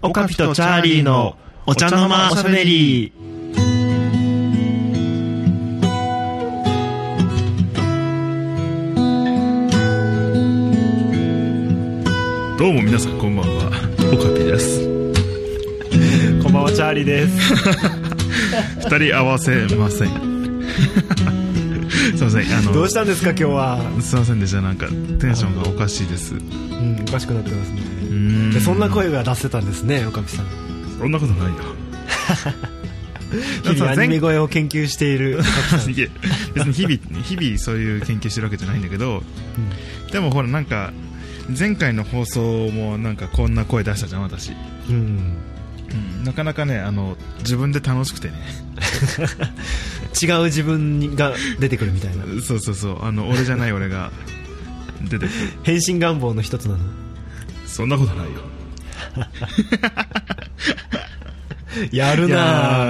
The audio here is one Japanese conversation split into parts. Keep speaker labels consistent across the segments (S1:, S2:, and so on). S1: オカピとチャーリーのお茶の間おしゃべり。
S2: どうも皆さんこんばんはオカピです
S1: こんばんは、チャーリーです。
S2: 二人合わせません すいませんあ
S3: どう
S2: の
S3: したんですか今日は、
S2: すいませんでしたなんかテンションがおかしいですう
S3: うん、おかしくなってますね
S2: ー
S3: でそんな声が出せたんですねおかみさん
S2: そんなことないよ
S3: 日々アニメ
S2: 前
S3: 声を研究して いるおかみさん
S2: いえ別に日々日々そういう研究してるわけじゃないんだけど、でもほらなんか前回の放送もなんかこんな声出したじゃん私、
S3: うん
S2: うん、なかなかねあの自分で楽しくてね
S3: 違う自分が出てくるみたいな
S2: そうそうそうあの俺じゃない俺が出てくる
S3: 変身願望の一つなの
S2: そんなことないよ
S3: やる
S2: い
S3: な
S2: や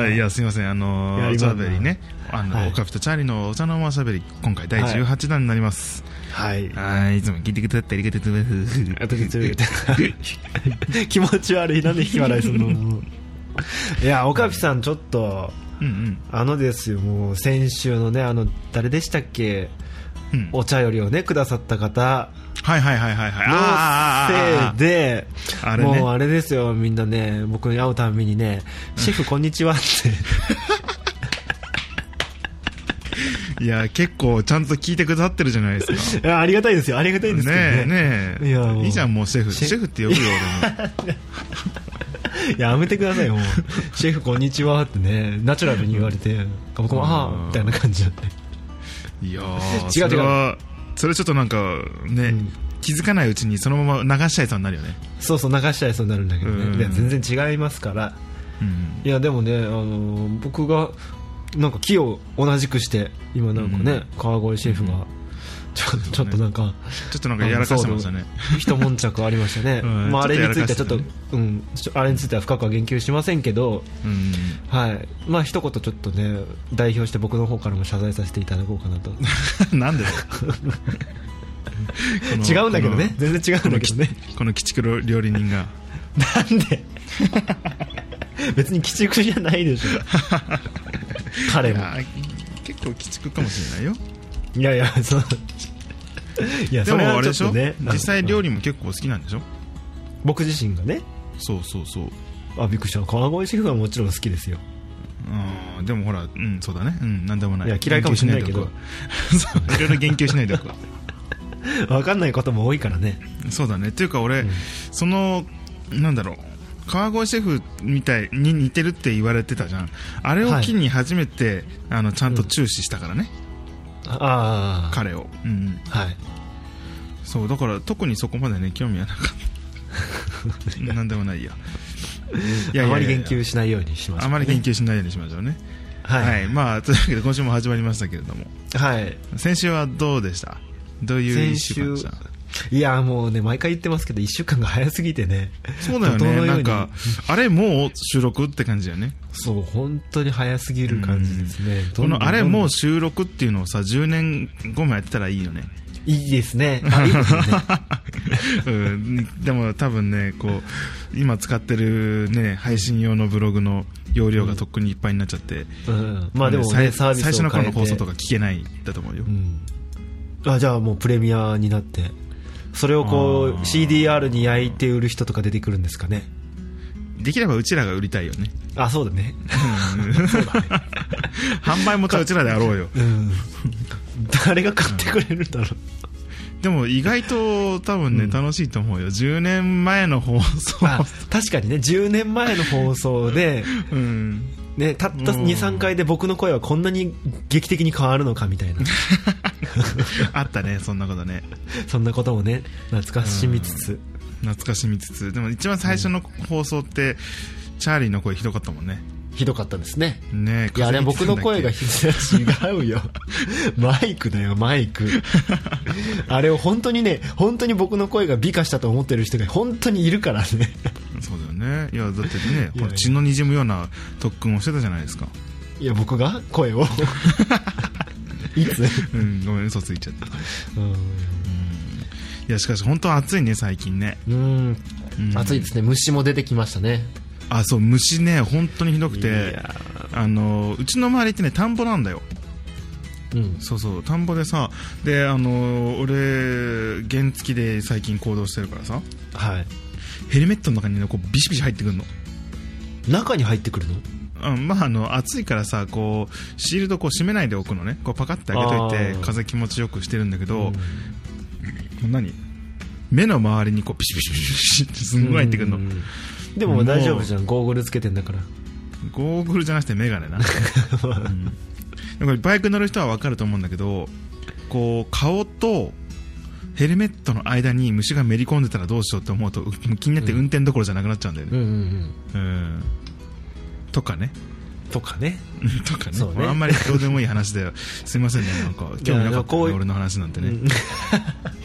S3: ぁ
S2: ーいやすいませんあの
S3: や
S2: ー、
S3: りま
S2: おし
S3: ん
S2: ゃ
S3: な
S2: べりねあの、
S3: はい
S2: オカピとチャーリーのお茶の間おしゃべり今回第18弾になります
S3: はい
S2: はいいつも聞いてくださってありがとうございます
S3: あとで強いけど気持ち悪いなんで引き笑いす るのいやおかみさんちょっと
S2: うんうん
S3: あのですよもう先週のねあの誰でしたっけ
S2: うん
S3: お茶よりをねくださった方
S2: はいはいはいはいはい
S3: の
S2: あーあーあーあー
S3: せいで、
S2: あれね
S3: もうあれですよ、みんなね、僕に会うたんびにね、シェフこんにちはって、
S2: いや結構ちゃんと聞いてくださってるじゃないですか
S3: い やありがたいですよ、ありがたいんですけど
S2: ね
S3: ね。
S2: えねえ
S3: いやもう
S2: いじゃんもうシェフ
S3: シ
S2: シ
S3: ェ
S2: ェフって呼ぶよ
S3: やめてくださいよ、も う。シェフこんにちはってね、ナチュラルに言われて、僕も、あ
S2: う
S3: あ、
S2: ん
S3: みたいな感じだって。
S2: 俺もいや ー
S3: 違う違う
S2: それはそれちょっとなんかね、
S3: うん
S2: 気づかないうちにそのまま流しちゃいそうになるよね
S3: そうそう、流しちゃいそうになるんだけど
S2: うん
S3: ね。いや全然違いますから。
S2: うん
S3: いや、でもね、あのー、僕が、なんか木を同じくして、今なんかね、
S2: うん
S3: 川越シェフが、ちょちょっとなんか、
S2: ちょっとなんかやらかしてましたね
S3: 一悶着ありましたね、
S2: うん
S3: まあ、あれについてはち
S2: ち
S3: ょ
S2: ょ
S3: っ
S2: っ
S3: と
S2: とやらかし
S3: うん、ちょあれについては深くは言及しませんけど、
S2: うん
S3: はいまあ一言ちょっとね代表して僕の方からも謝罪させていただこうか なと
S2: なんでだよ
S3: 違うんだけどね全然違うんだけどね
S2: このこの鬼畜料理人が
S3: なんで 別に鬼畜じゃないでしょ 彼
S2: い
S3: も
S2: やー結構鬼畜かもしれないよ
S3: いやいやそういや
S2: で
S3: そ
S2: も
S3: れ
S2: あ
S3: は
S2: れ
S3: ちょ
S2: で
S3: っ
S2: しょ
S3: とね
S2: 実際料
S3: 理
S2: 理も結構好きなんでしょ
S3: 僕自身がね
S2: そうそうそう
S3: あびっくりした川越シェフはもちろん好きですよ
S2: うんでもほらうんそうだねうんなんでもない
S3: いや嫌いかもしれないけど
S2: 言及しないでおくわ そういろいろ言及しないでおくわ
S3: 分かんないことも多いからね
S2: そうだねっていうか俺、そのなんだろう川越シェフみたいに似てるって言われてたじゃんあれを機に初めて、あのちゃんと注視したからね、
S3: ああ
S2: 彼を、うんうん、
S3: はい
S2: そうだから特にそこまでね興味はなかっ たなんでもないやいやいやいやいや
S3: あまり言及しないようにしましょ
S2: あ
S3: う
S2: まり研究しないようにしましょうねはい、
S3: はい、
S2: まあというわけで今週も始まりましたけれども
S3: はい、
S2: 先週はどうでしたどういう1週間でした
S3: いやもうね毎回言ってますけど1週間が早すぎてね
S2: そうだよ
S3: 怒涛の
S2: ね
S3: よう
S2: な
S3: に
S2: んかあれもう収録って感じだよね
S3: そう本当に早すぎる感じですねど
S2: こ
S3: んどん
S2: のあれもう
S3: ど
S2: 収録っていうのをさ10年後もやってたらいい よね
S3: んどんいいです ねあいいですね
S2: うん、でも多分ねこう今使ってる、ね、配信用のブログの容量がとっくにいっぱいになっちゃって、
S3: うんまあでもね
S2: さい
S3: サービスを
S2: 最初の頃の放送と
S3: か、
S2: か聞けないんだと思うよ、
S3: うん、あじゃあもうプレミアになってそれをこう
S2: あー
S3: CDR に焼いて売る人とか出てくるんですかね
S2: できればうちらが売りたいよね
S3: あそうだね
S2: 販売元はうちらであろうよ
S3: うん 誰が買ってくれるんだろう
S2: でも意外と多分ね、楽しいと思うよ10年前の放送
S3: あ確かにね10年前の放送で
S2: うん
S3: ね、たった
S2: うん
S3: 23回で僕の声はこんなに劇的に変わるのかみたいな
S2: あったねそんなことね
S3: そんなこともね懐かしみつつ
S2: 懐かしみつつでも一番最初の放送って、チャーリーの声ひどかったもんね
S3: ひどかったですね
S2: ねえ
S3: いやあれ
S2: 風
S3: 僕
S2: に
S3: の声が
S2: 来て
S3: ひどい違うよ マイクだよマイクあれを本当にね本当に僕の声が美化したと思ってる人が本当にいるからね
S2: たんだっけそうだよねいやだってね
S3: いや
S2: ほら血の滲むような特訓をしてたじゃないですか
S3: いや僕が声 をいつ、
S2: うんごめん嘘ついちゃったい
S3: うん
S2: やしかし本当暑いね最近ね
S3: うん
S2: うん
S3: 暑いですね虫も出てきましたね
S2: あそう虫ね本当にひどく
S3: い
S2: て
S3: や
S2: あのうちの周りってね田んぼなんだよ
S3: うん
S2: そうそう田んぼでさであの俺原付きで最近行動してるからさ
S3: はい
S2: ヘルメットの中にねこうビシビシ入ってくるの
S3: 中に入ってくるの
S2: うんまあ、あの暑いからさこうシールドこう閉めないでおくのねこうパカッて開けとい
S3: あ
S2: て
S3: ー
S2: 風気持ちよくしてるんだけど、何目の周りにこうピシピシピシピシってすんごい入ってくるの、
S3: うんでも大丈夫じゃんゴーグルつけてんだ から
S2: ゴーグルじゃなくて眼鏡な、うん、でこれバイク乗る人は分かると思うんだけどこう顔とヘルメットの間に虫がめり込んでたらどうしようって思うとう気になって運転どころじゃなくなっちゃうんだよ
S3: うん
S2: ね、
S3: うんうん
S2: うん、とかね
S3: とかね
S2: とかね
S3: そうね
S2: まああんまりどうでもいい話だよすいませんねなんか興味なかった
S3: こう
S2: ね
S3: いう
S2: 俺の話なんてね、
S3: うん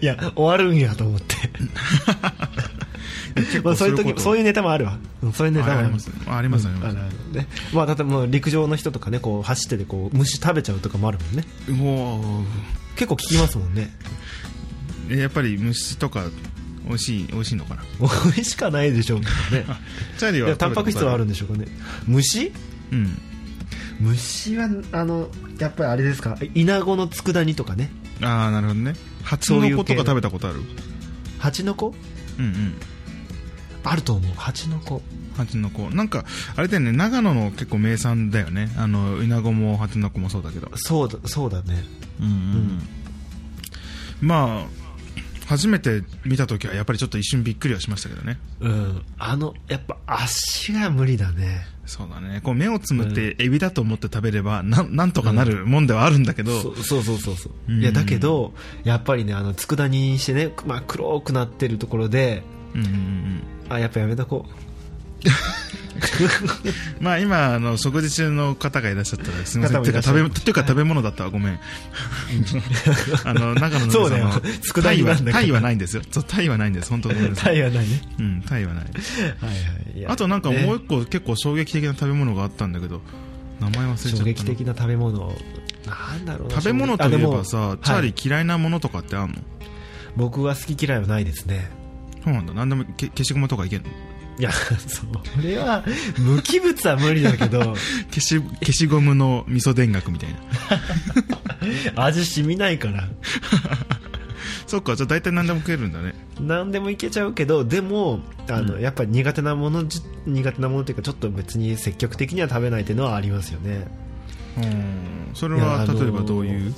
S3: いや終わるんやと思って まあそういう
S2: そういうこ
S3: 時
S2: と
S3: そういうネタもあるわうんそういうネタも
S2: あ
S3: あ
S2: あ
S3: る
S2: りますあありますあります
S3: うんあるあるねまあだってもう陸上の人とかねこう走っててこう虫食べちゃうとかもあるもんね
S2: も
S3: 結構聞きますもんね
S2: うえやっぱり虫とか美味しい美味しいのかな
S3: 美味しかないでしょうけどね
S2: チャーリー
S3: い
S2: は
S3: やタンパク質はあるんでしょうかね虫
S2: うん
S3: 虫はあのやっぱりあれですかイナゴの佃煮とかね
S2: ああなるほどね蜂
S3: そうい
S2: の
S3: う
S2: 子と
S3: 系
S2: か
S3: の
S2: 食べたことある
S3: 蜂の子
S2: うんうん
S3: あると思う蜂の子
S2: 蜂の子なんかあれだよね長野の結構名産だよねあのイナゴも蜂の子もそうだけど
S3: そうだそうだね
S2: うんうん、まあ初めて見た時はやっぱりちょっと一瞬びっくりはしましたけどね
S3: うんあのやっぱ足が無理だね
S2: そうだねこう目をつむってエビだと思って食べればなんなんとかなるもんではあるんだけど、
S3: そうそうそうそうそう
S2: うん
S3: いやだけどやっぱりねあの佃煮にしてね、まあ、黒くなってるところで
S2: うんうんうん
S3: あやっぱやめとこ
S2: まあ今あの食事中の方がいらっしゃったらすみませ
S3: 方
S2: ん
S3: も
S2: て
S3: いら
S2: いうか
S3: っしゃる
S2: 食べていうか食べ物だったわご めんあの長野の
S3: そうだよ
S2: あの
S3: 佃
S2: タイ
S3: 煮な
S2: は
S3: んだから
S2: タイはないんですよそうタイはないんです本当ごめん
S3: う
S2: なさ
S3: タ
S2: い
S3: イはないね
S2: うんタイはない
S3: はいはいいや
S2: あとなんかもう
S3: ね
S2: 一個結構衝撃的な食べ物があったんだけど名前忘れちゃったな
S3: 衝撃的な食べ物なんだろうな
S2: 食べ物と
S3: あで
S2: いえ
S3: も
S2: ばさチャーリー嫌いなものとかってあんの、
S3: 僕は好き嫌いはないですね
S2: そうなんだ何でもけ消しゴムとかいけんの
S3: いや それは無機物は無理だけ ど
S2: 消し消しゴムの味噌田楽みたいな
S3: 味染みないから
S2: そっかじゃあ大体何でも食えるんだね
S3: 何でもいけちゃうけどでもあの、
S2: う
S3: やっぱり苦手なものじ苦手なものというかちょっと別に積極的には食べないっていうのはありますよね
S2: うんそれ
S3: いや
S2: は
S3: あのー
S2: 例えばどういう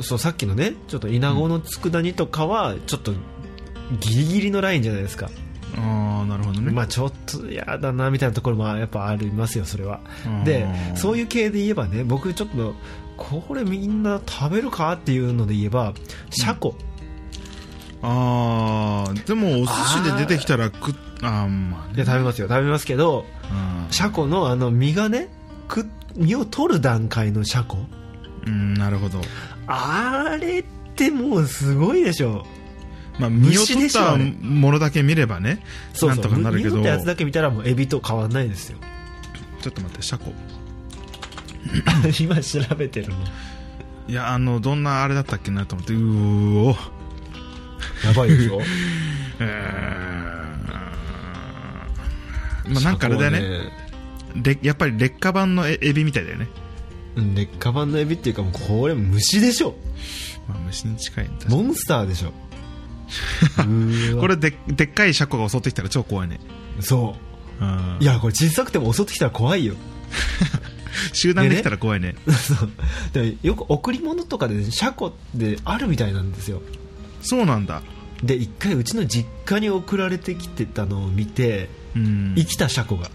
S3: そうさっきのねちょっとイナゴの佃煮とかはちょっとギリギリのラインじゃないですか、
S2: ああなるほどね、
S3: まあちょっと嫌だなみたいなところもやっぱありますよそれはでそうい
S2: いう
S3: う系で言えばね僕ちょっとこれみんな食べるかっていうので言えばシャコ、
S2: ああでもお寿司で出てきたら食っあーまあ
S3: いや
S2: ね
S3: 食べますよ食べますけど
S2: あー
S3: シャコのあの身がねく身を取る段階のシャコ
S2: うんなるほど、
S3: あれってもうすごいでしょ
S2: まあ、身を
S3: 虫
S2: 取
S3: で
S2: っ
S3: しょ
S2: た
S3: あれ
S2: ものだけ見ればね
S3: そう
S2: なん
S3: そ
S2: と
S3: う
S2: かなるけ
S3: 身
S2: ど
S3: の
S2: ち
S3: やつだけ見たらもうエビと変わんないですよ
S2: ょっと待ってシャコ
S3: 今調べてるの
S2: いやあのどんなあれだったっけなと思ってうーお
S3: やばいでしょ
S2: えーまあなんかあれだよねれやっぱり劣化版のエエビみたいだよね、
S3: うん劣化版のエビっていうかもうこれ虫でしょ
S2: まあ、虫に近い確かに
S3: モンスターでしょうーわ
S2: これででっかいシャコが襲ってきたら超怖いね
S3: そ
S2: うん
S3: ういやこれ小さくても襲ってきたら怖いよ
S2: 集団できたら怖いね
S3: そうでよく贈り物とかでねシャコってあるみたいなんですよ
S2: そうなんだ
S3: で一回うちの実家に送られてきてたのを見て
S2: うん
S3: 生きたシャコが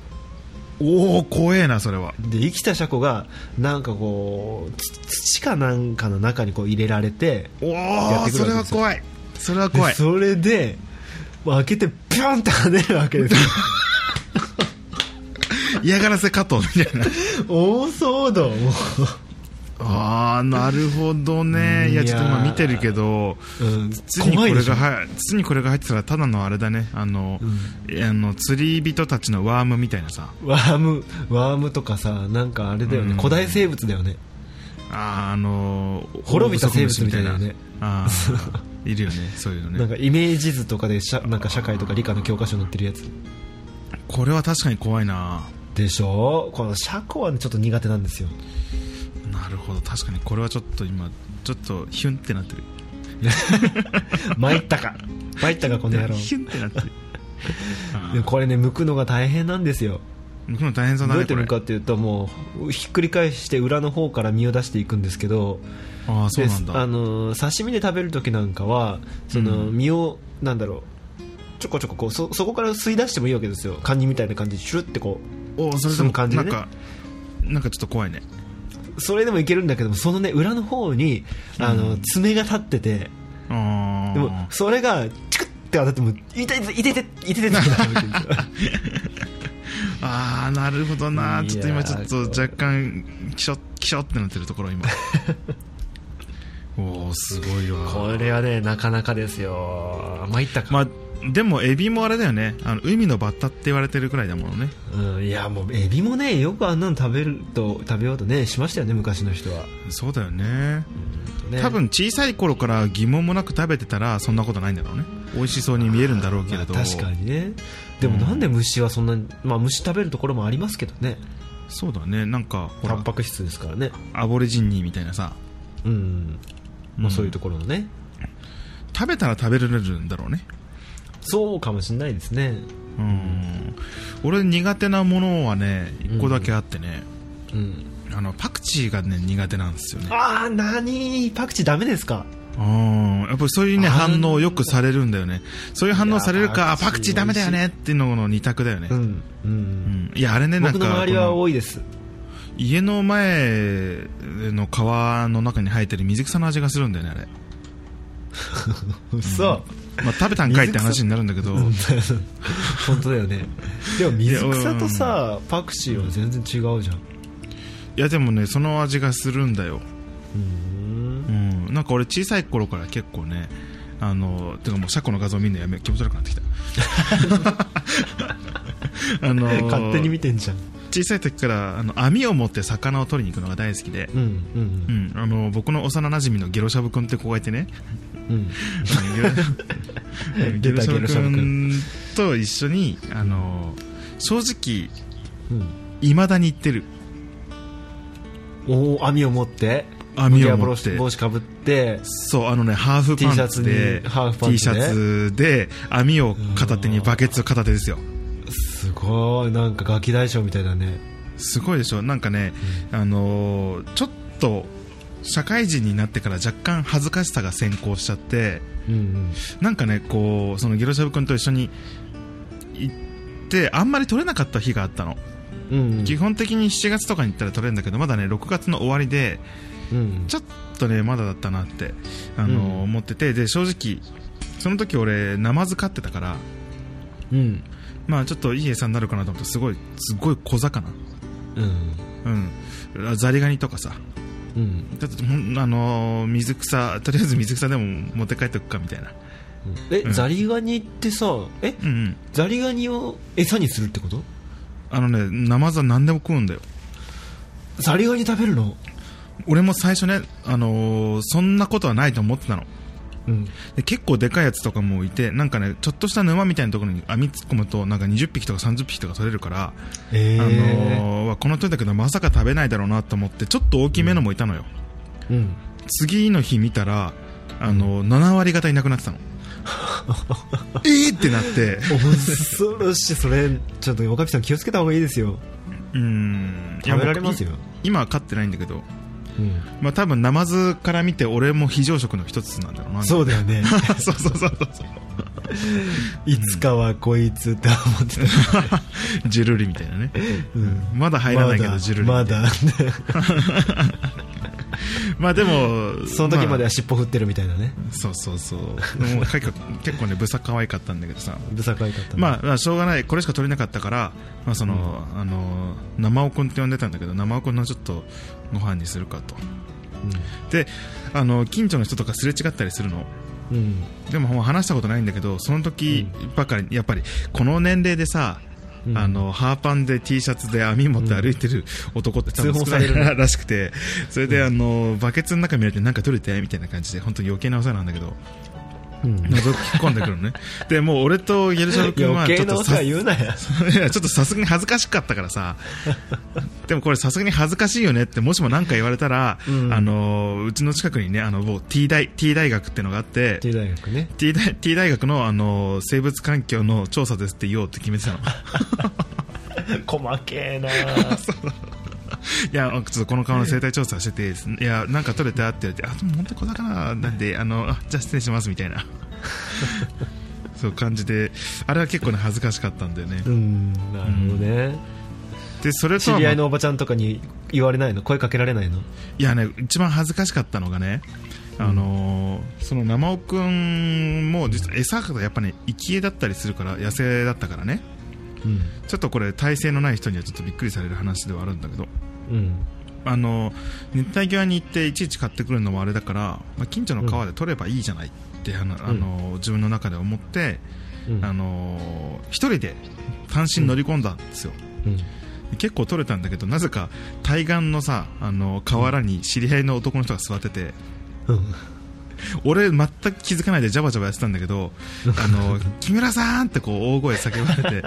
S2: おお怖えなそれは
S3: で生きたシャコがなんかこうつ土かなんかの中にこう入れられて
S2: お
S3: っ
S2: お
S3: てくる
S2: それ
S3: わけ
S2: は
S3: ですよ
S2: 怖いそれは
S3: で
S2: 怖い
S3: それでまあ開けてピョンって跳ねるわけ ですよ
S2: 嫌がらせ加藤みたいな
S3: 大騒動も
S2: ああなるほどねいや
S3: い
S2: ち
S3: やー
S2: ょっと今見てるけど
S3: う、うん、
S2: 筒にこ
S3: 怖いで
S2: れ
S3: しょ
S2: が入筒にこれが入ってたらただのあれだねあの,、あの釣り人たちのワームみたいなさ
S3: ワームワームとかさなんかあれだよね、
S2: うん
S3: 古代生物だよね
S2: あーあのー
S3: 滅びた生物みたいだよね
S2: ああいるよねそういうの
S3: なん
S2: ね
S3: かイメージ図とかで社なんか社会とか理科の教科書に載ってるやつ
S2: これは確かに怖いな
S3: でしょこの車庫はねちょっと苦手なんですよ
S2: なるほど確かにこれはちょっと今ちょっとヒュンってなってる
S3: 参った か参ったかこの野郎
S2: ヒュンってな ってるあ
S3: でもこれね剥くのが大変なんですよ
S2: ー向くの大変そう
S3: ど
S2: だ
S3: うや
S2: ね
S3: って
S2: こ
S3: 剥
S2: れ
S3: くかっていうともうひっくり返して裏の方から身を出していくんですけど
S2: ああそうなん
S3: であ
S2: だ
S3: のー刺身で食べる時なんかはその身を、なんだろうちょこちょここうそそこから吸い出してもいいわけですよカニみたいな感じでシュルってこ
S2: おーそれで
S3: その
S2: も
S3: 感じ
S2: な
S3: で
S2: ん
S3: ね
S2: かなんかちょっと怖いね
S3: うそれでもいけるんだけどもそのね裏の方にあのー爪が立ってて、
S2: ああ
S3: でもそれがチクって当たっても痛い痛い痛い痛い痛い痛い痛いってなるわけですよ
S2: ああなるほどない
S3: やー
S2: ちょっと今ちょっと若干キショキショってなってるところ 今おおすごいわ
S3: これはねなかなかですよ参ったか、
S2: まあでもエビもあれだよねあの海のバッタって言われてるくらいだもんね
S3: うん、いやもうエビもねよくあんなの食べると食べようとねしましたよね昔の人は、
S2: そうだよね
S3: ね
S2: 多分小さい頃から疑問もなく食べてたらそんなことないんだろうね美味しそうに見えるんだろうけれど、
S3: まあ確かにねでもなんで虫はそんなに、まあ、虫食べるところもありますけどね
S2: そうだねなんかほ
S3: タ
S2: ら
S3: ンパク質ですからね
S2: アボリジニーみたいなさ
S3: うん、まあ、そういうところのね、
S2: 食べたら食べられるんだろうね
S3: そうかもしれないですね
S2: うん俺苦手なものはね一個だけあってね、
S3: うん
S2: あのパクチーがね苦手なんですよね
S3: ああ何パクチーダメですか
S2: うんやっぱりそういうね
S3: あー
S2: 反応をよくされるんだよねそういう反応される
S3: いやー
S2: かあパクチーダメだよねっていうのの二択だよね、
S3: う
S2: うん
S3: ん、うん、
S2: いやあれねなん
S3: 僕
S2: か
S3: の周りは
S2: この
S3: 多いです
S2: 家の前の川の中に生えてる水草の味がするんだよねあれ、
S3: 嘘
S2: まあ、食べたんかいって話になるんだけど
S3: うん 本当だよねでも水草とさパクチーは全然違うじゃん
S2: いやでもねその味がするんだよ
S3: うん
S2: うん、なんか俺小さい頃から結構ねあのてかもう車庫の画像見るのやめ気持ち悪く なってきたあの
S3: 勝手に見てんじゃん
S2: 小さい時からあの網を持って魚を取りに行くのが大好きで、
S3: うん
S2: うん、あの僕の幼なじみのゲロシャブ君って子がいてね
S3: うんうん
S2: ゲロシ ャ
S3: 出たゲロ
S2: ブ
S3: シャブ
S2: 君と一緒にあの正直
S3: うん
S2: いまだに行ってる
S3: おお網を持って麦
S2: 網を持って
S3: わら帽子帽子かぶって
S2: そうあのねハーフ
S3: T シャ
S2: パン
S3: ツ
S2: ツ
S3: に
S2: で
S3: ハーフパンツで
S2: T シャツで網を片手にバケツ片手ですよ
S3: すごいなんかガキ大将みたいだね
S2: すごいでしょなんかね、あのーちょっと社会人になってから若干恥ずかしさが先行しちゃって
S3: うん
S2: なんかねこうそのゲロシャブ君と一緒に行ってあんまり取れなかった日があったの、
S3: うんうん
S2: 基本的に7月とかに行ったら取れるんだけどまだね6月の終わりで
S3: うん
S2: ちょっとねまだだったなって、あのー
S3: うん
S2: 思っててで正直その時俺ナマズ飼ってたから
S3: うん
S2: まあちょっといい餌になるかなと思ってすごいすごい小魚
S3: うん
S2: うんザリガニとかさ
S3: うん
S2: ちょっとほんあのー水草とりあえず水草でも持って帰っておくかみたいな
S3: え、
S2: ん
S3: ザリガニってさえ
S2: うんうん
S3: ザリガニを餌にするってこと
S2: あのねナマズは何でも食うんだよ
S3: ザリガニ食べるの
S2: 俺も最初ね、あのーそんなことはないと思ってたの
S3: うん
S2: で結構でかいやつとかもいてなんかねちょっとした沼みたいなところに網突っ込むとなんか20匹とか30匹とか取れるから、
S3: え
S2: あのーわこの鳥だけどまさか食べないだろうなと思ってちょっと大きめのもいたのよ、
S3: うん
S2: 次の日見たら、あのー7割方いなく なってたのえーってなって
S3: 恐ろしいそれちょっと岡部さん気をつけた方がいいですよ
S2: うん
S3: 食べられますよ
S2: いや僕今は飼ってないんだけど、
S3: うん
S2: まあ、多分ナマズから見て俺も非常食の一つなんだろうな
S3: そううだよね
S2: そうそうそうそうそう
S3: いつかはこいつって思ってた
S2: ジュルリみたいなね
S3: うん
S2: まだ入らないけどジュルリ
S3: まだまだ
S2: まあでも
S3: その時まで
S2: あ
S3: は尻尾振ってるみたいなね
S2: そうそうそうもうかいか結構ねぶさ可愛かったんだけどさ
S3: ぶさかいかった
S2: まあ、まあしょうがないこれしか取れなかったから、まあそのあの生尾君って呼んでたんだけど生尾君のちょっとご飯にするかとであの近所の人とかすれ違ったりするの
S3: うんうん
S2: でももう話したことないんだけどその時ばかりやっぱりこの年齢でさ
S3: ん
S2: あのハーパンで T シャツで網持って歩いてる男って多分
S3: 通報さ
S2: 少な
S3: れ
S2: い
S3: るね
S2: らしくてそれであのバケツの中見られてなんか取れてみたいな感じで本当に余計なお世話なんだけど
S3: うん
S2: 覗き込んでくるのねでもう俺とギャルシャブ君は
S3: 余
S2: ち
S3: 計
S2: ょっ
S3: な
S2: と
S3: お世
S2: さ
S3: 話言うなよ
S2: いやちょっとさすがに恥ずかしかったか らさでもこれさすがに恥ずかしいよねってもしも何か言われたら、
S3: うん
S2: あのうちの近くにねあの某 T 大 T 大学ってのがあって
S3: っていう大学ね
S2: T 大 T 大学のあの生物環境の調査ですって言おうって決めて たのい
S3: 細けえな
S2: やちょっとこの顔の生態調査してていやなんか取れたって言われてあでも本当小魚なんであのあじゃあ失礼しますみた いなそう感じであれは結構ね恥ずかしかったんだよね
S3: うんなるほどね、
S2: でそれと
S3: 知
S2: は
S3: り合いのおばちゃんとかに言われないの声かけられないの
S2: いやね一番恥ずかしかったのがね、あのーその生尾くんも実は餌がやっぱね生き餌だったりするから野生だったからね
S3: うん
S2: ちょっとこれ耐性のない人にはちょっとびっくりされる話ではあるんだけど
S3: うん
S2: あのー熱帯魚に行っていちいち買ってくるのもあれだから、まあ、近所の川で取ればいいじゃないって、あのあのー自分の中で思って、
S3: うん
S2: あのー一人で単身乗り込んだんですよ、
S3: うん
S2: 結構取れたんだけどなぜか対岸のさあの河原に知り合いの男の人が座ってて、
S3: うん
S2: 俺全く気づかないでジャバジャバやってたんだ けど「あの木村さん!」ってこう大声叫ばれ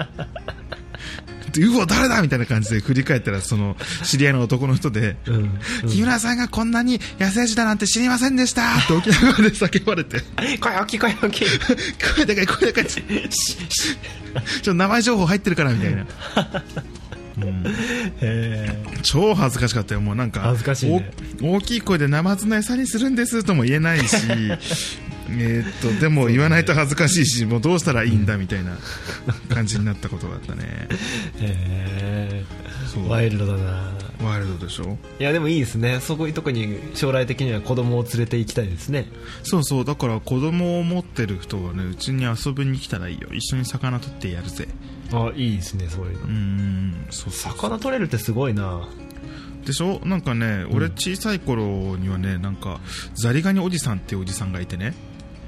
S2: て で「うわ誰だ!」みたいな感じで振り返ったらその知り合いの男の人で「
S3: うん
S2: 木村さんがこんなに野生児だなんて知りませんでした!」って大きな声で叫ばれ て
S3: 声大きい声大きい
S2: 声でかい声でかいちょっと名前情報入ってるからみ たいな。うん
S3: え
S2: 超恥ずかしかったよもうなんか
S3: 恥ずかしいね
S2: お大きい声でナマズの餌にするんですとも言えない しえーっとでも言わないと恥ずかしいしもうどうしたらいいんだみたいな感じになったことがあったね
S3: え
S2: そう
S3: ワイルドだな
S2: ワイルドでしょ
S3: いやでもいいですねそういうとこに将来的には子供を連れて行きたいですね
S2: そうそうだから子供を持ってる人はねうちに遊びに来たらいいよ一緒に魚取ってやるぜ
S3: あいいですねそういう
S2: う
S3: の
S2: ーんそうそう
S3: 魚取れるってすごいな
S2: でしょなんかね俺小さい頃にはねなんかザリガニおじさんっていうおじさんがいてね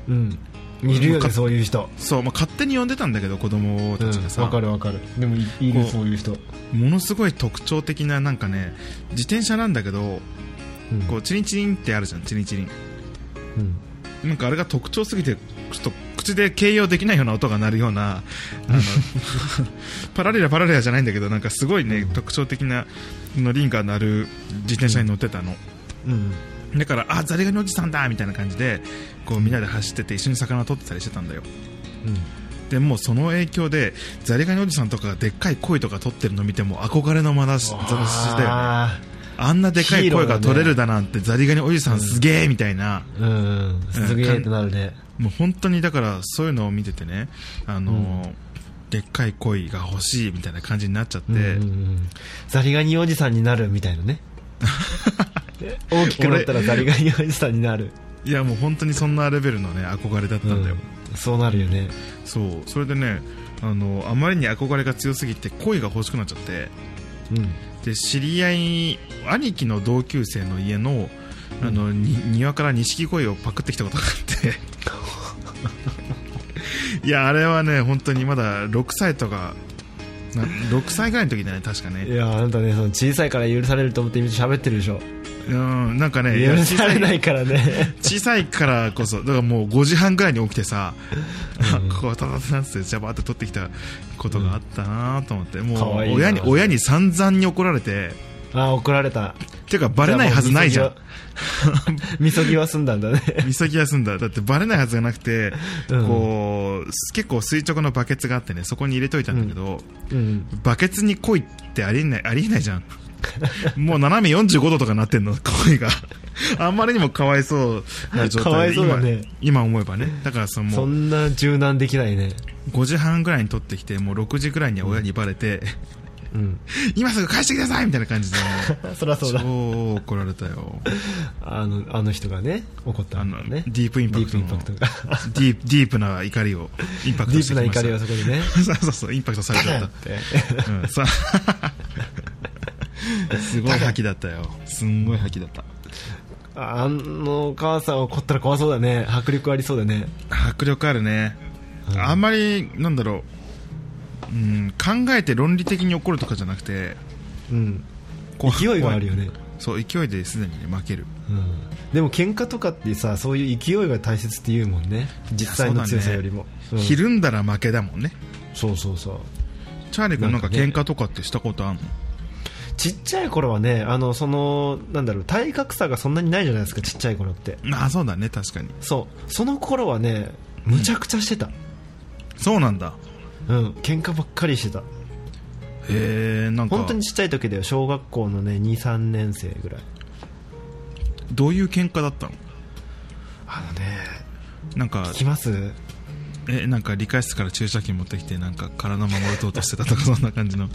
S3: うんいるよ
S2: か
S3: ねそういう人
S2: そう、まあ、勝手に呼んでたんだけど子供
S3: う
S2: たちが
S3: ん
S2: さ、
S3: わかるわかるでもいい
S2: こ
S3: る
S2: う
S3: そういう人
S2: ものすごい特徴的ななんかね自転車なんだけど
S3: うん
S2: こうチリンチリンってあるじゃんチリンチリン
S3: うん
S2: なんかあれが特徴すぎてちょっと口で形容できないような音が鳴るようなあの パラレラパラレラじゃないんだけどなんかすごいね、特徴的なのリンが鳴る自転車に乗ってたの、
S3: うん
S2: だからあザリガニおじさんだみたいな感じでこうみんなで走ってて一緒に魚取ってたりしてたんだよでもうその影響でザリガニおじさんとかがでっかい鯉とか取ってるの見ても憧れのまなざしだよね
S3: あ
S2: あんなでかい声が取れるだなんて、ザリガニおじさんすげえみたいな、
S3: ーうんすげえってなるね
S2: もう本当にだからそういうのを見ててね、あのーでっかい恋が欲しいみたいな感じになっちゃって、
S3: うんうんうんザリガニおじさんになるみたいな ね大きくなったらザリガニおじさんになる
S2: いやもう本当にそんなレベルのね憧れだったんだよ、
S3: うんそうなるよね
S2: そうそれでねあのーあまりに憧れが強すぎて恋が欲しくなっちゃって
S3: うん
S2: で知り合い兄貴の同級生の家のあの、に庭から錦鯉をパクってきたことがあっ ていやあれはね本当にまだ6歳とかな6歳ぐらいの時だね確か
S3: い
S2: ね
S3: やあなたねその小さいから許されると思って今喋ってるでしょ
S2: うんなんかねいや
S3: 許
S2: 小
S3: さ
S2: さ
S3: れないいからね
S2: 小さいからこそだからもう5時半ぐらいに起きてさ、 こうたたたたってジャバーって取ってきたことがあったなと思って、
S3: か
S2: もう
S3: わいいな
S2: 親に親に散々に怒られて
S3: あ怒られた
S2: ていうかバレないはずないじゃん
S3: みそぎは済んだんだね
S2: みそぎは済んだだってバレないはずがなくて、
S3: うん
S2: こうす結構垂直のバケツがあってねそこに入れといたんだけど、
S3: うん
S2: バケツに恋ってありえないありえないじゃん もう斜め45度とかなってんの恋が あんまりにもかわいそうな状態で
S3: かわいそうだね
S2: 今今思えばねだからその
S3: そ
S2: もうん
S3: な柔軟できないね
S2: 5時半ぐらいに取ってきてもう6時ぐらいには親にバレて、
S3: うん
S2: 今すぐ返してくださいみたいな感じでも
S3: そりゃ
S2: う
S3: そうだ
S2: 超怒られたよ
S3: あのあの人がね怒った
S2: あ
S3: ん
S2: の
S3: だね
S2: ディープインパクトの
S3: ディープインパクトが
S2: ディープディープな怒りをインパク
S3: ディ
S2: トし
S3: ー
S2: て
S3: プ
S2: き
S3: な怒
S2: ました
S3: りはそこでね
S2: そうそうそうインパクトされちゃったうんさすごい覇気だったよすんごい覇気だった
S3: あのお母さん怒ったら怖そうだね迫力ありそうだね
S2: 迫力あるね、
S3: うん
S2: あんまりなんだろうん考えて論理的に怒るとかじゃなくて
S3: うん、
S2: こう
S3: 勢いがあるよね、
S2: そう勢いですでにね負ける
S3: うん、でも喧嘩とかってさそういう勢いが大切って言うもんね実際の強さよりもうん
S2: ひるんだら負けだもんね
S3: そうそうそう
S2: チャーリー君なんか
S3: なんかね
S2: 喧嘩とかってしたことあんの
S3: ちっちゃい頃はねあのそのなんだろう体格差がそんなにないじゃないですかちっちゃい頃って
S2: ああそうだね確かに
S3: そうその頃はねむちゃくちゃしてた
S2: そうなんだ
S3: うん、喧嘩ばっかりしてた
S2: へえんか
S3: 本当にちっちゃい時だよ小学校のね23年生ぐらい
S2: どういう喧嘩だったの
S3: あのね
S2: なんか
S3: 聞きます
S2: えなんか理科室から注射器持ってきてなんか体守ろうとしてたとかそんな感 じの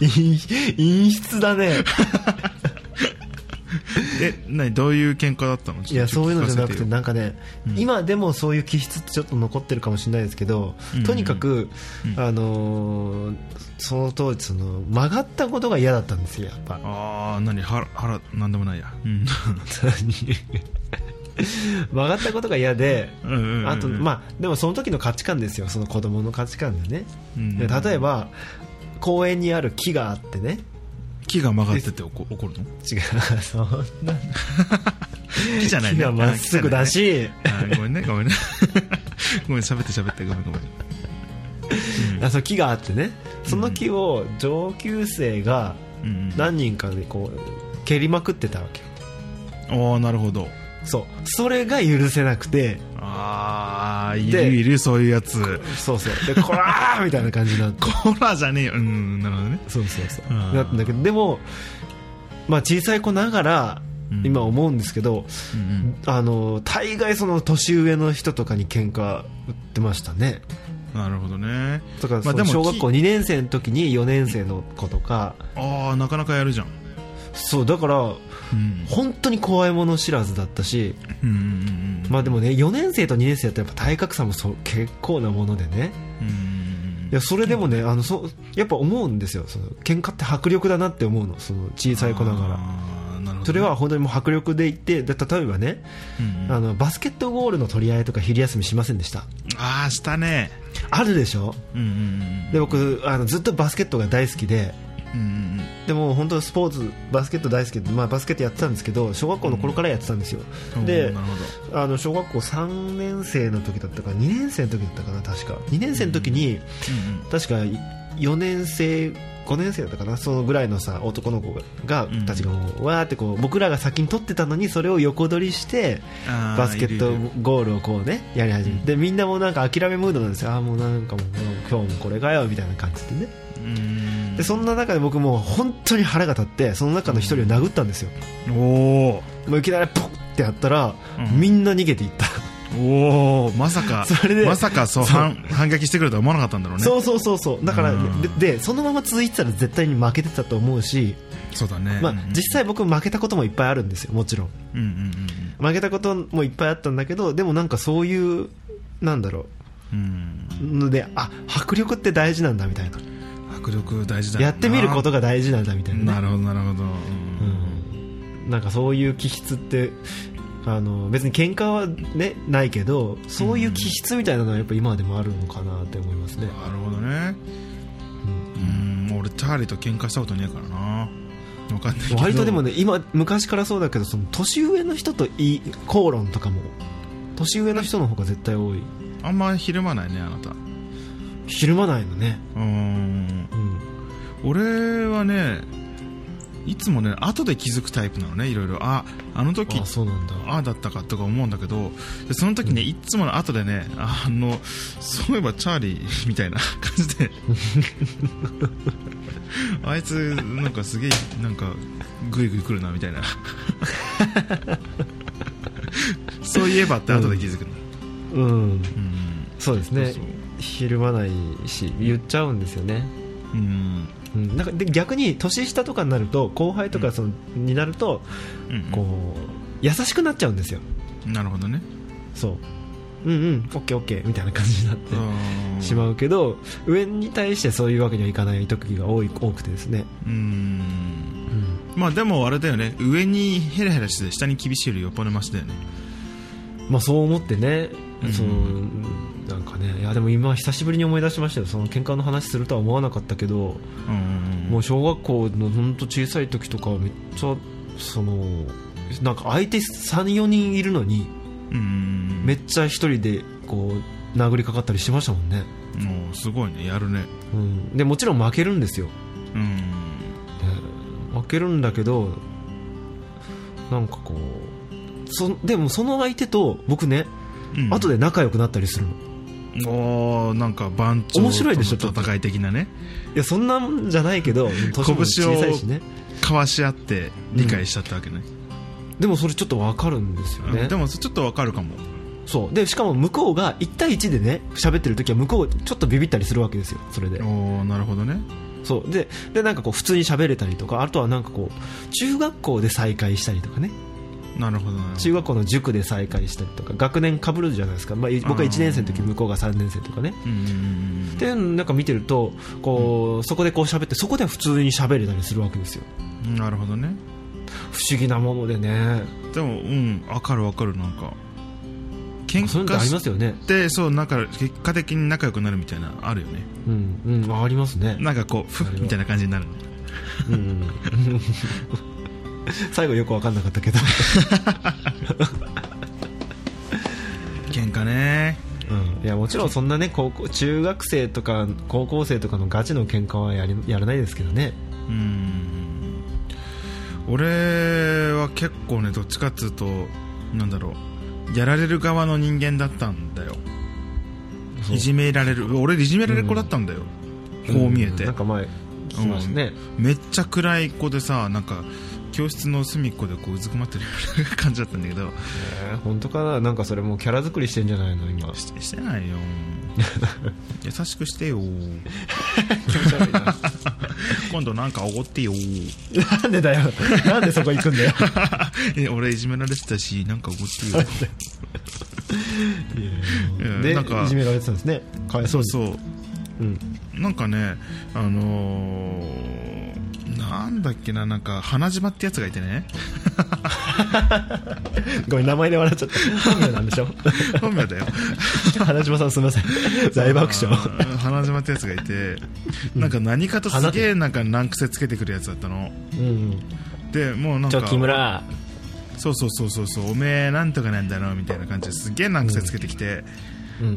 S3: 陰陰湿だね
S2: え何どういう喧嘩だったの
S3: いやそういうのじゃなくて
S2: な
S3: なんかね、
S2: うん
S3: 今でもそういう気質ってちょっと残ってるかもしれないですけど、
S2: うん
S3: とにかく、
S2: うん
S3: あのーその当時その曲がったことが嫌だったんですよやっぱ
S2: ああ何腹腹なんでもないやうん
S3: 曲がったことが嫌で
S2: うんうんうん
S3: あとまあでもその時の価値観ですよその子供の価値観でね、
S2: うん
S3: で例えば公園にある木があってね
S2: 木が曲がってて怒怒るの
S3: 違うそんな
S2: 木じゃない
S3: 木
S2: ね
S3: がまっすぐだし、
S2: あー木じゃないねあーごめんねごめんね ごめん喋って喋ってごめんごめん
S3: あそう木があってねその木を上級生が
S2: うんうん
S3: 何人かでこう蹴りまくってたわけよ
S2: おーなるほど
S3: そうそれが許せなくて
S2: ああい
S3: で
S2: るいるそういうやつ
S3: そうそうで こらーみたいな感じになって
S2: コラじゃねえようんなるほどね
S3: そうそうそう
S2: うん
S3: なったんだけどでも、まあ、小さい子ながら
S2: うん
S3: 今思うんですけど、
S2: うんうん
S3: あの大概その年上の人とかに喧嘩売ってましたね
S2: なるほどね
S3: だから
S2: ま
S3: そ
S2: あ
S3: の
S2: でも
S3: 小学校
S2: き
S3: 2年生の時に4年生の子とか、
S2: ああなかなかやるじゃん
S3: そうだから
S2: うん
S3: 本当に怖いもの知らずだったし、
S2: うんうんうん
S3: まあでもね4年生と2年生だとやっぱ体格差もそう結構なものでね
S2: うんう
S3: い
S2: ん
S3: やそれでもねあのそやっぱ思うんですよその喧嘩って迫力だなって思うのその小さい子ながら
S2: あーなるほどね
S3: それは本当にもう迫力で言ってで例えばね、
S2: うんうん
S3: あのバスケットゴールの取り合いとか昼休みしませんでした
S2: ああしたね
S3: あるでしょ
S2: うんうん
S3: で僕あのずっとバスケットが大好きで
S2: うんうん
S3: でも本当スポーツバスケット大好きで、まあ、バスケットやってたんですけど小学校の頃からやってたんですよ、
S2: うんおー
S3: で
S2: なるほど
S3: あの小学校3年生の時だったか2年生の時だったかな確か2年生の時に、
S2: うん
S3: 確か4年生5年生だったかなそのぐらいのさ男の子が
S2: うん
S3: たちがもうわーってこう僕らが先に取ってたのにそれを横取りして
S2: うんあー
S3: バスケット
S2: いるいる
S3: ゴールをこうねやり始めてでみんなもうなんか諦めムードなんですよああもうなんかもう今日もこれかよみたいな感じでね
S2: うん
S3: でそんな中で僕もう本当に腹が立ってその中の一人を殴ったんですよ
S2: おー
S3: もういきなりポンってやったら、
S2: うん
S3: みんな逃げていった
S2: おーまさか
S3: それで
S2: まさかそう
S3: そう
S2: 反反撃してくるとは思わなかったんだろうね
S3: そうそうそうそうだから、
S2: うん
S3: ででそのまま続いてたら絶対に負けてたと思うし、
S2: そうだね
S3: まあ
S2: うんうん、
S3: 実際僕負けたこともいっぱいあるんですよもちろん
S2: うんうん
S3: 負けたこともいっぱいあったんだけどでもなんかそういうなんだろ
S2: うんうん
S3: うのであ迫力って大事なんだみたいな
S2: 迫力大事だよな
S3: やってみることが大事なんだみたいなね、
S2: なるほどなるほど、
S3: う
S2: う
S3: んんなんかそういう気質ってあの別に喧嘩はねないけどそういう気質みたいなのはやっぱ今でもあるのかなって思いますね、
S2: なるほどね
S3: うん
S2: うん俺チャーリーと喧嘩したことねえからな分かんないけど
S3: 割とでもね今昔からそうだけどその年上の人とい口論とかも年上の人の方が絶対多い
S2: あんまひるまないねあなたう
S3: ひるまないのね
S2: ーん
S3: うん
S2: 俺はねいつもね後で気づくタイプなのねいろいろああの時
S3: あそうなんだ
S2: ああだったかとか思うんだけどでその時ね、いつもの後でねあのそういえばチャーリーみたいな 感 じであいつなんかすげえなんかグイグイ来るなみ たいなそういえばって後で気づくの、
S3: うん
S2: うん
S3: そうですね
S2: そう
S3: ひるまないし言っちゃうんですよね
S2: そううん
S3: うん、なんかで逆に年下とかになると後輩とかその、になると
S2: うん
S3: こう優しくなっちゃうんですよ
S2: なるほどね
S3: そううんうんオッケーオッケーみたいな感じになってし
S2: う
S3: まうけど上に対してそういうわけにはいかない時が多い多くてですね、
S2: うんまあでもあれだよね上にヘラヘラして下に厳しいよりよっぽどマシだよね
S3: まあ、そう思ってね、
S2: うん
S3: そのなんかねいやでも今久しぶりに思い出しましたよその喧嘩の話するとは思わなかったけど、
S2: うんうんうん
S3: もう小学校の本当小さい時とかめっちゃそのなんか相手34人いるのに
S2: うんうん
S3: めっちゃ一人でこう殴りかかったりしてましたもんね、
S2: うんもうすごいねやるね
S3: うん、でもちろん負けるんですよ
S2: うん
S3: ね負けるんだけどなんかこうそでもその相手と僕ね、
S2: うん
S3: 後で仲良くなったりするの
S2: おーなんか番長との
S3: 面白いでしょちょっと
S2: 戦い的なね
S3: いやそんなんじゃない けど年も小さいしね
S2: 交わし合って理解しちゃったわけね、
S3: でもそれちょっとわかるんですよ
S2: う
S3: ね
S2: んでもちょっとわかるかも
S3: そうでしかも向こうが1対1でね喋ってる時は向こうちょっとビビったりするわけですよそれで
S2: おおなるほどね
S3: そうででなんかこう普通に喋れたりとかあとはなんかこう中学校で再会したりとかね
S2: なるほどなるほ
S3: 中
S2: ど
S3: 学校の塾で再会したりとか学年かぶるじゃないですか、まあ、い僕は1年生の時向こうが3年生とかね
S2: うんうんうんうん
S3: でなんか見てるとこうそこでこう喋ってそこでは普通に喋れたりするわけですよ
S2: なるほどね
S3: 不思議なものでね
S2: でもうんわかるわかるなんか喧
S3: そういうのっ
S2: 嘩
S3: てあり
S2: し
S3: ますよね
S2: てそうなんか結果的に仲良くなるみたいなあるよね
S3: うんうんありますね
S2: なんかこうふっみたいな感じになるの
S3: うん 最後よく分かんなかったけど、
S2: 喧嘩ね
S3: うん、いやもちろんそんなね高校中学生とか高校生とかのガチの喧嘩はやりやらないですけどね
S2: うん俺は結構ねどっちかっつうとなんだろうやられる側の人間だったんだよいじめられる俺いじめられる子だったんだよ、こう見えて、
S3: んなんか前聞きましたね、
S2: めっちゃ暗い子でさなんか教室の隅っこでこううずくまってるような感じだったんだけど
S3: えー本当かななんかそれもうキャラ作りしてんじゃないの今
S2: ししてないよ優しくしてよ今度なんかおごってよ
S3: なんでだよなんでそこ行くんだよ
S2: え俺いじめられてたしなんかおごってようん
S3: で
S2: なんか
S3: いじめられてたんですねか わいそ
S2: そうう
S3: に
S2: そう
S3: うん
S2: なんかねあのーなんだっけななんか花島ってやつがいてね
S3: ごめん名前で笑っちゃった本名なん でしょ
S2: 本名だよ
S3: 花島さんすみません大爆笑
S2: あー花島ってやつがいてなんか何かとすげえなんか難癖つけてくるやつだったの
S3: うん
S2: でもうなん
S3: ちょ
S2: か
S3: 木村
S2: そうそうそうそうそうおめえなんとかなんだろうみたいな感じですげえ難癖つけてきて、
S3: うん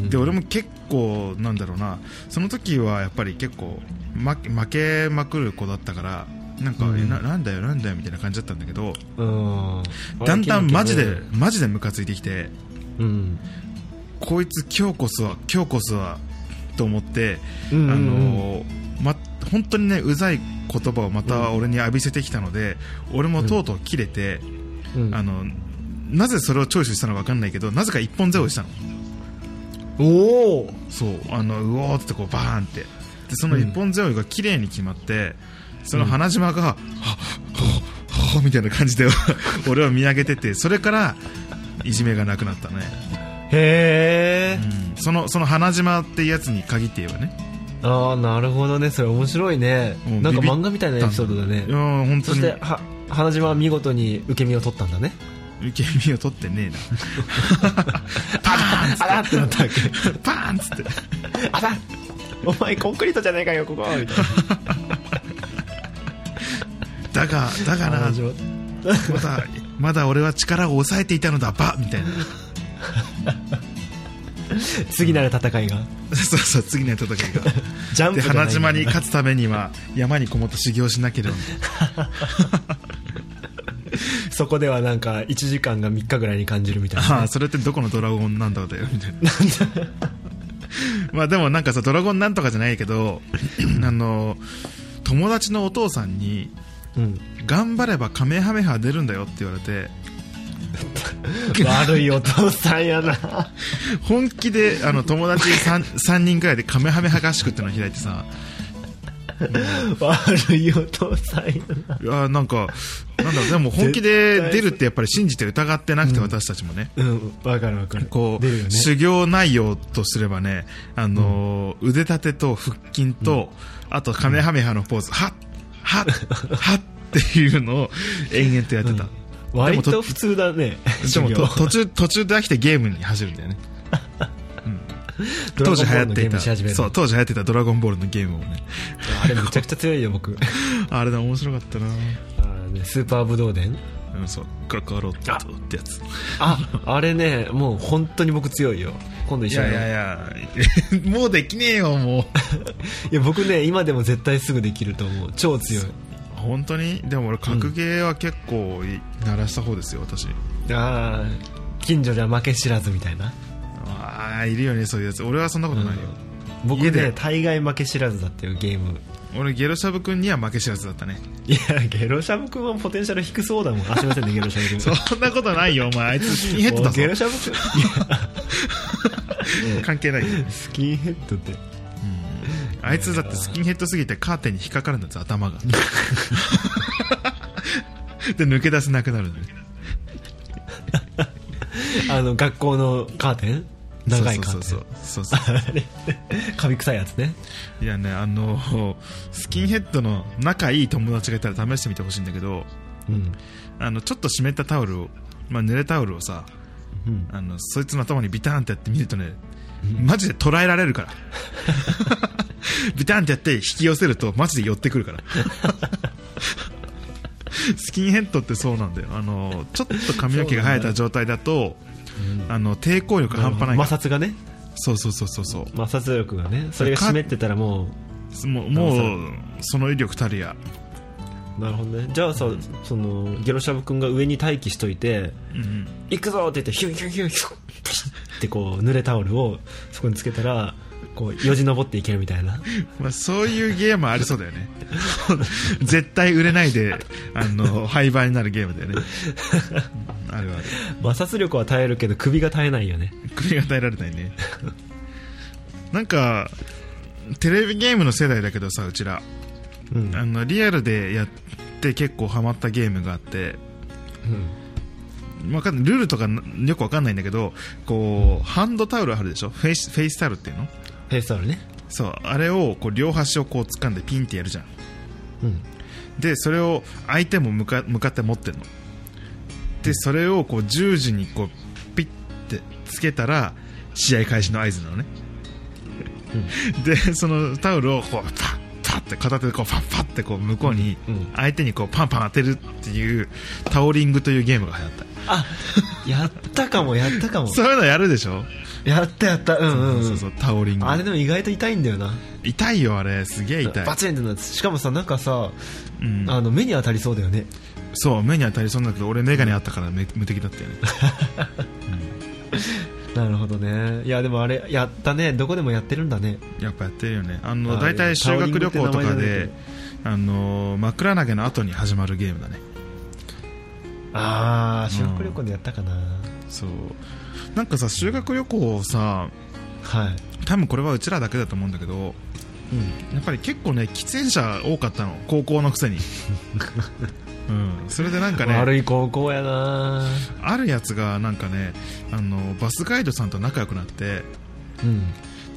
S2: で俺も結構なんだろうなその時はやっぱり結構負け負けまくる子だったからなんか、
S3: うん
S2: えななんだよなんだよみたいな感じだったんだけど
S3: うん
S2: だんだんマジで
S3: う
S2: マジでムカついてきて
S3: ん
S2: こいつ今日こそは今日こそはと思って、
S3: うん
S2: あのーま、本当にねうざい言葉をまた俺に浴びせてきたので、俺もとうとう切れて、
S3: うん
S2: あのなぜそれを聴取したのか分かんないけどなぜか一本背負いしたの
S3: おお
S2: そうあのうおーってこうバーンってでその一本背負いが綺麗に決まって、その花島が、はっはっはっみたいな感じで 俺を見上げててそれからいじめがなくなったね、
S3: へえ
S2: うん、そのその花島ってやつに限って言えばね
S3: ああなるほどねそれ面白いね
S2: うん
S3: なんか
S2: ビビっ
S3: 漫画みたいなエピソードだね
S2: いやー本当
S3: そ
S2: に
S3: しては花島は見事に受け身を取ったんだね
S2: 受け身を取っ てね
S3: あらってなったわけ
S2: えなパーンっつって
S3: あらお前コンクリートじゃねえかよここみたい
S2: だがだが
S3: な
S2: な
S3: 花島
S2: まだまだ俺は力を抑えていたのだバみたいな
S3: 次なる戦いが
S2: そうそう次の戦いが
S3: ジャンプ
S2: で
S3: じゃない
S2: 花島に勝つためには山にこもって修行しなければ
S3: そこではなんか1時間が3日ぐらいに感じるみたい な
S2: ああそれってどこのドラゴンなんだだよみたいなまあでもなんかさドラゴンなんとかじゃないけどあの友達のお父さんに
S3: うん
S2: 頑張ればカメハメハ出るんだよって言われて
S3: 悪いお父さんやな
S2: 本気であの友達 3, 3人くらいでカメハメハ合宿ってのを開いてさ
S3: 悪いお父さんやない
S2: やなんかなんだろうでも本気で出るってやっぱり信じて疑ってなくて私たちもね、
S3: うんわかるわかる
S2: こう、
S3: 出るよね
S2: 修行内容とすればね、あのー腕立てと腹筋と、あとカメハメハのポーズ、はっ、はっ、 はっっていうのを延々とやってた。
S3: 割
S2: で
S3: と
S2: も
S3: 普通だね
S2: で
S3: 授
S2: も
S3: 業
S2: と途中、途中で飽きてゲームに走るんだよね。当時流行ってい
S3: ドラゴンボールのゲームし
S2: た
S3: 始める
S2: そう当時流行ってた「ドラゴンボール」のゲームをね
S3: あれめちゃくちゃ強いよ僕
S2: あれだ面白かったな
S3: あのねスーパーブドウ伝
S2: うんそうカカロットってやつ
S3: ああれねもう本当に僕強いよ今度
S2: い
S3: 一緒に
S2: やいやいやもうできねえよもう
S3: いや僕ね今でも絶対すぐできると思う超強い
S2: 本当にでも俺格ゲーは結構い鳴らした方ですよ私
S3: ああ近所じゃ負け知らずみたいな
S2: ああいるよねそういうやつ俺はそんなことないよ、
S3: 僕
S2: 家で
S3: ね大概負け知らずだっていうゲーム
S2: 俺ゲロシャブ君には負け知らずだったね
S3: いやゲロシャブ君はポテンシャル低そうだもん あすいませんねゲロシャブ君
S2: そんなことないよお前あいつ スキンヘッドだぞ
S3: ゲロシャブ君いや
S2: 関 係ないよ
S3: スキンヘッドって
S2: あいつだってスキンヘッドすぎてカーテンに引っかかるんだぞ頭 がで抜け出せなくなるのよ
S3: あの学校のカーテン長いカーテン
S2: そうそうそうそうそ
S3: あれカビ臭いやつね
S2: ういやねあのスキンヘッドの仲いい友達がいたら試してみてほしいんだけど
S3: うん、
S2: あのちょっと湿ったタオルを、まあ、濡れタオルをさ
S3: うん、
S2: あのそいつの頭にビターンってやってみるとねマジで捉えられるから ビターンってやって引き寄せるとマジで寄ってくるからスキンヘッドってそうなんだよあのちょっと髪の毛が生えた状態だとあの抵抗力半端ない
S3: 摩
S2: から
S3: 擦がね
S2: そうそうそうそうそう
S3: 摩擦力がねそれが湿ってたらも
S2: もうもうその威力たるや
S3: うなるほどねじゃあさそのゲロシャブ君が上に待機しといて
S2: うん
S3: 「行くぞ!」って言ってヒュンヒュンヒュンヒュンってこう濡れタオルをそこにつけたらこうよじ登っていけるみたい な
S2: まあ、そういうゲームありそうだよね絶対売れないであの廃盤になるゲームだよ ねあるある
S3: 摩擦力は耐えるけど首が耐えないよね
S2: 首が耐えられないねなんかテレビゲームの世代だけどさうちら
S3: うん、
S2: あのリアルでやって結構ハマったゲームがあってわかんないルールとかなよくわかんないんだけどこう、ハンドタオルあるでしょフェイスフェイスタオルっていうの
S3: フェイスタオルね
S2: そうあれをこう両端をこう掴んでピンってやるじゃん
S3: うん
S2: でそれを相手も向か向かって持ってるのでそれをこう十字にこうピッてつけたら試合開始の合図なのね、でそのタオルをこうパッパッて片手でこうパッパッてこう向こうに
S3: うんうん
S2: 相手にこうパンパン当てるっていうタオリングというゲームが流行った
S3: あ やったかもやったかも
S2: そういうのやるでしょ、
S3: やったやったうんうん、うん、
S2: そうそうタオリング
S3: あれでも意外と痛いんだよな
S2: 痛いよあれすげえ痛い
S3: バ、チンってなってしかもさなんかさ、
S2: うん、
S3: あの目に当たりそうだよね
S2: そう目に当たりそうなんだけど俺眼鏡あったからめ無敵だったよね
S3: なるほどねいやでもあれやったねどこでもやってるんだね
S2: やっぱやってるよねあ
S3: あ
S2: の
S3: ー
S2: 大体修学旅行と
S3: タオリングって名前じゃな
S2: か
S3: い
S2: で
S3: けど
S2: あの枕投げの後に始まるゲームだね
S3: ああ
S2: うん
S3: 修学旅行でやったかな、
S2: そうなんかさ修学旅行をさ
S3: はい、
S2: 多分これはうちらだけだと思うんだけど
S3: うん、
S2: やっぱり結構ね喫煙者多かったの高校のく せにうんそれでなんかね
S3: 悪い高校やな
S2: あるやつがなんかねあのバスガイドさんと仲良くなって
S3: うん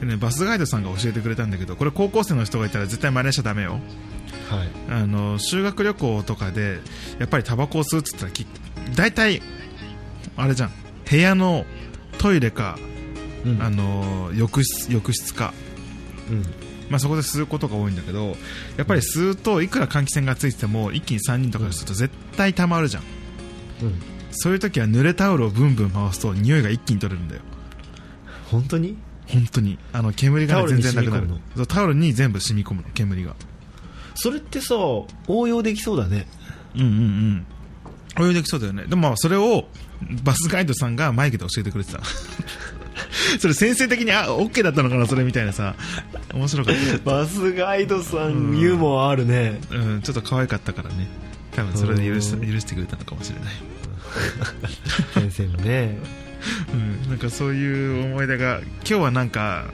S2: でね、バスガイドさんが教えてくれたんだけどこれ高校生の人がいたら絶対真似しちゃダメよ
S3: はい
S2: あの修学旅行とかでやっぱりタバコを吸うっつったらき大体あれじゃん部屋のトイレか、
S3: うん
S2: あの浴室浴室か、
S3: うん
S2: まあ、そこで吸うことが多いんだけどやっぱり吸うといくら換気扇がついてても一気に3人とかですると絶対たまるじゃん
S3: うん
S2: そういう時は濡れタオルをブンブン回すと匂いが一気に取れるんだよ
S3: 本当に
S2: 本当にあの煙が、
S3: タオ
S2: ね、
S3: ル
S2: 全
S3: に
S2: 然なくなる
S3: 染み込む
S2: そうタオルに全部染み込むの煙が
S3: それってさ応用できそうだね
S2: うんうんうん泳いできそうだよねでもまあそれをバスガイドさんがマイクで教えてくれてた それ先生的にあ OK だったのかなそれみたいなさ面白かっ
S3: バスガイドさんユーモアあるね
S2: た、うん、ちょっと可愛かったからね多分それで許し
S3: うん
S2: 許してくれたのかもしれない、
S3: 先生もね
S2: うん、なんかそういう思い出が今日はなんか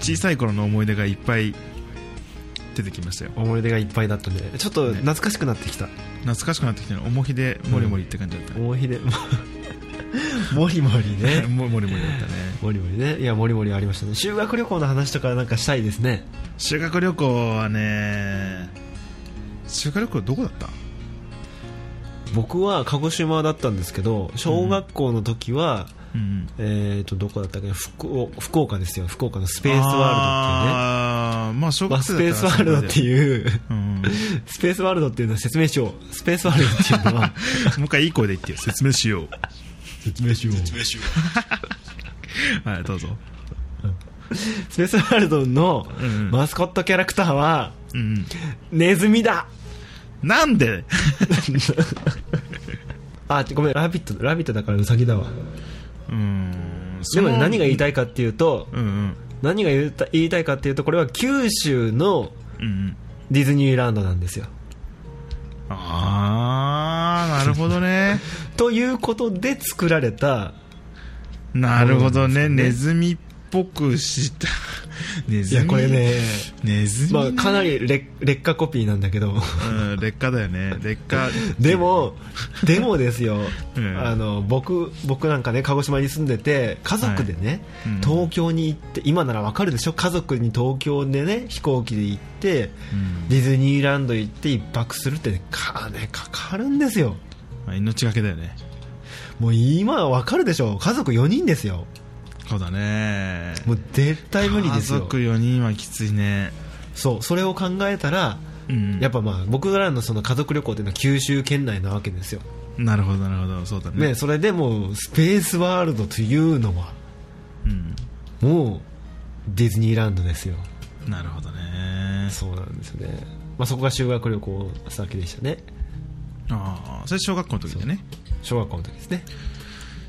S2: 小さい頃の思い出がいっぱい出てきましたよ
S3: 思い出がいっぱいだったねちょっと懐かしくなってきた
S2: 懐かしくなってきたの重ひでもりもりって感じだった、
S3: 思い出 もりもりね
S2: ももりもりだったね
S3: もりもりねいやもりもりありましたね修学旅行の話とかなんかしたいですね
S2: 修学旅行はね修学旅行どこだった
S3: う僕は鹿児島だったんですけど小学校の時は、
S2: うん、
S3: えー、とどこだったっけな福岡福岡ですよ福岡のスペースワールドっていうね
S2: あーまあ小
S3: まあ
S2: 学
S3: ス
S2: 生
S3: ペー
S2: だ
S3: スワールドって
S2: う、
S3: いう
S2: うん、も
S3: スペースワールドっていうのは説明しようスペースワールドっていうの は
S2: う一回いい声で言ってよ説明しよう
S3: 説明しよう
S2: はいどうぞ
S3: スペースワールドの
S2: うんうん
S3: マスコットキャラクターは
S2: うん
S3: ネズミだ
S2: なんで
S3: あごめんラビットラビットだからウサギだわ
S2: うーん
S3: でもね何が言い
S2: たい
S3: たいかっていうと
S2: うんうん
S3: 何が言いた言いたいかっていうとこれは九州の
S2: うんうん
S3: ディズニーランドなんですよ
S2: ああなるほ どね
S3: ということで作られた
S2: なるほ
S3: そ
S2: どね
S3: うなんで
S2: ネ
S3: す
S2: ズミっぽくしたネ
S3: い
S2: ズミ
S3: やこれね、
S2: ネズミ
S3: ま
S2: ね、
S3: あ、かなり劣劣化コピーなんだけ ど
S2: うん、劣化だよね劣化
S3: でもでもです よ、
S2: うん
S3: あの僕僕なんかね鹿児島に住んでて家族でね、
S2: はいうん
S3: 東京に行って今ならわかるでしょ家族に東京でね飛行機で行って、
S2: うん
S3: ディズニーランド行って一泊するって、ね、金かかるんですよ
S2: まあ命がけだよね
S3: もう今わかるでしょ家族4人ですよ
S2: そうだね
S3: もう絶対無理です
S2: 家
S3: よ
S2: 族4人はきついね
S3: そうそれを考えたら
S2: うん
S3: やっぱまあ僕らのその家族旅行っていうのは九州圏内なわけですよ、
S2: なるほどなるほどそうだね
S3: ね、それでもうスペースワールドというのは
S2: うん
S3: もうディズニーランドですよ
S2: なるほどね
S3: そうなんですよね、まあ、そこが修学旅行先でしたね
S2: ああそれ小学校の時だよね
S3: 小学校の時ですね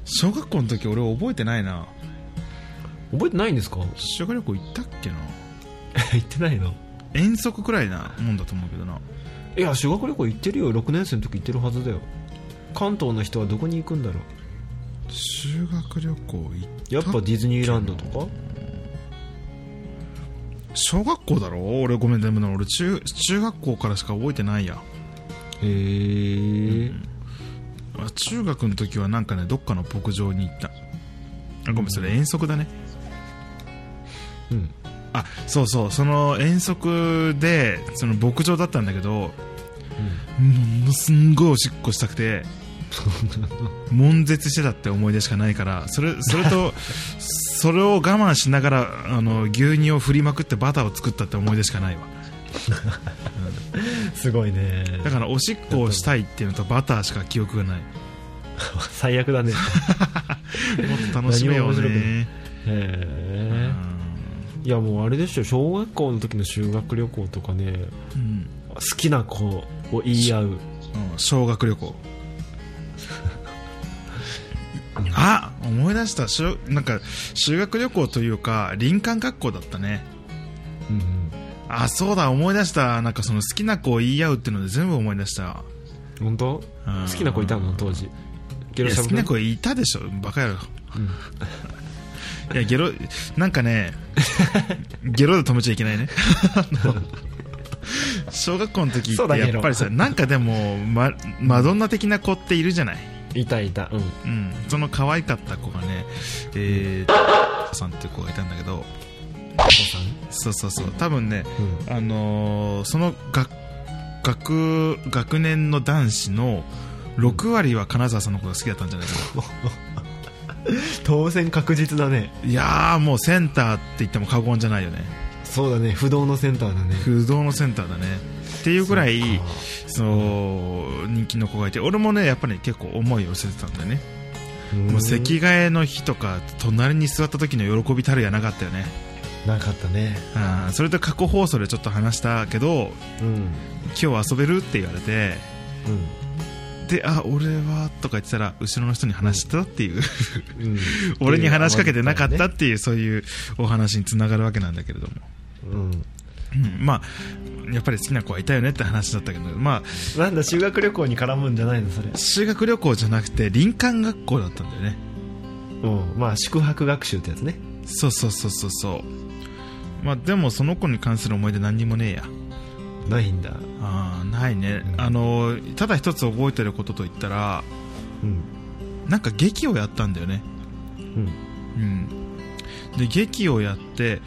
S2: 小学校の時俺覚えてないな
S3: 覚えてないんですか
S2: 修学旅行行ったっけな
S3: 行ってないの
S2: 遠足くらいなもんだと思うけどない
S3: や修学旅行行ってるよ6年生の時行ってるはずだよ関東の人はどこに行くんだろう
S2: 修学旅行行った
S3: やっぱディズニーランドとか
S2: 小学校だろ俺ごめんでも俺中中学校からしか覚えてないや
S3: へえ
S2: あ中学の時はなんかねどっかの牧場に行ったあごめんそれ遠足だね
S3: うん
S2: あそうそうその遠足でその牧場だったんだけどものすんごいおしっこしたくて悶絶してたって思い出しかないからそれそれとそれを我慢しながらあの牛乳を振りまくってバターを作ったって思い出しかないわ
S3: すごいね
S2: だからおしっこをしたいっていうのとバターしか記憶がない
S3: 最悪だ ね
S2: もっと楽しめようね
S3: へえいやもうあれでしょ小学校の時の修学旅行とかね
S2: うんうん
S3: 好きな子を言い合う
S2: うん小学旅行あ思い出したしょなんか修学旅行というか林間学校だったねあそうだ思い出したなんかその好きな子を言い合うっていうので全部思い出した
S3: 本当
S2: うん
S3: 好きな子いたの当時ゲ
S2: い
S3: ロ
S2: や
S3: しゃ
S2: 好
S3: ぶく
S2: き
S3: ん
S2: な子いたでしょバカ野郎、 いやゲロなんかねゲロで止めちゃい けないねあの小学校の時っ
S3: そうだ
S2: て
S3: ゲロ
S2: やっぱりさなんかでも、ま、マドンナ的な子っているじゃない、
S3: いたいたうん
S2: うん、その可愛かった子がねえーさんっていう子がいたんだけど
S3: お子さん
S2: そうそうそう多分ね
S3: うん
S2: あのーその学学学年の男子の6割は金沢さんのことが好きだったんじゃないかな
S3: 当選確実だね
S2: いやーもうセンターって言っても過言じゃないよね
S3: そうだね不動のセンターだね
S2: 不動のセンターだねっていうくらい
S3: そっか
S2: その人気の子がいて俺もねやっぱり結構思いを寄せてたんだよねもう席替えの日とか隣に座った時の喜びたるやなかったよね
S3: なかったね
S2: あーそれと過去放送でちょっと話したけど
S3: うん
S2: 今日遊べるって言われてであ俺はとか言ってたら後ろの人に話したっていう
S3: うん
S2: 俺に話しかけてなかったっていうそういうお話につながるわけなんだけれども
S3: うん
S2: うんまあやっぱり好きな子はいたよねって話だったけど、まあ、
S3: なんだ修学旅行に絡むんじゃないのそれ
S2: 修学旅行じゃなくて林間学校だったんだよね
S3: うんまあ宿泊学習ってやつね
S2: そうそうそうそうそうまあでもその子に関する思い出何にもねえや
S3: ないんだ
S2: あーないね、
S3: うん
S2: あのただ一つ覚えてることといったら
S3: うん
S2: なんか劇をやったんだよね
S3: うん
S2: うんで劇をやってう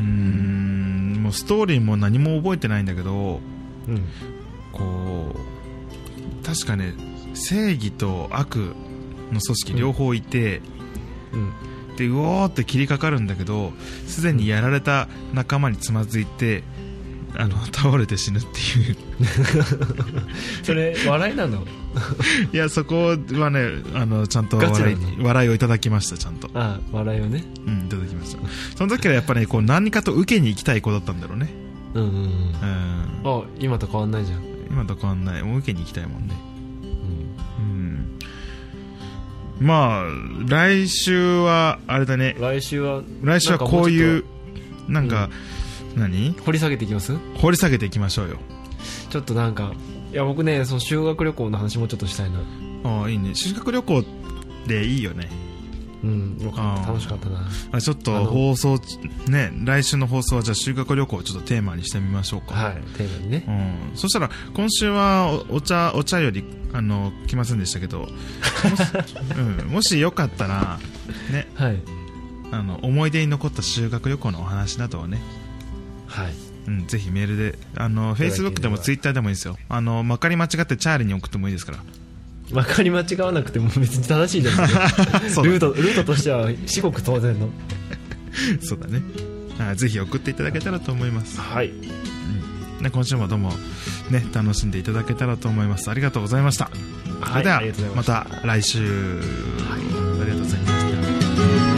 S2: ーんもうストーリーも何も覚えてないんだけど
S3: うん
S2: こう確かね正義と悪の組織両方いて、
S3: うん
S2: でうおーって切りかかるんだけどすでにやられた仲間につまずいてあの 倒れて死ぬっていう
S3: それ笑いなの
S2: いやそこはねあのちゃんと
S3: ガチな
S2: 笑
S3: んだ
S2: い笑いをいただきましたちゃんと
S3: あ笑いをね
S2: うんいただきましたその時はやっぱり、ね、こう何かと受けに行きたい子だったんだろうね
S3: うんうんうん
S2: うん
S3: あ今と変わんないじゃん、
S2: 今と変わんないもう受けに行きたいもんねうんまあ来週はあれだね
S3: 来週は
S2: 来週はこういうなんか
S3: もう
S2: 何
S3: 掘り下げていきます
S2: 掘り下げていきましょうよ
S3: ちょっとなんかいや僕ねその修学旅行の話もちょっとしたいな
S2: ああいいね修学旅行でいいよね
S3: うんよかっ
S2: あー
S3: た楽しかったな
S2: あちょっ
S3: あ
S2: と
S3: の
S2: 放送ね来週の放送はじゃあ修学旅行をちょっとテーマにしてみましょうか
S3: はいテーマにね
S2: うん、そしたら今週はおお茶お茶よりあの来ませんでしたけ どもし,うん、もしよかったら、ね、
S3: はい
S2: あの思い出に残った修学旅行のお話などをね、
S3: はい
S2: うん、ぜひメールであのフェイスブックでもツイッターでもいいですよあのまかり間違ってチャーリーに送ってもいいですから
S3: 分かり間違わなくても別に正しいじゃないですか
S2: そうだ
S3: ルートルートとしては四国当然の
S2: そうだねあぜひ送っていただけたらと思います、
S3: はい
S2: ね、今週もどうも、ね、楽しんでいただけたらと思いますありがとうございましたそれでは、
S3: ありがとうございま
S2: ますた来週、ありがとうございました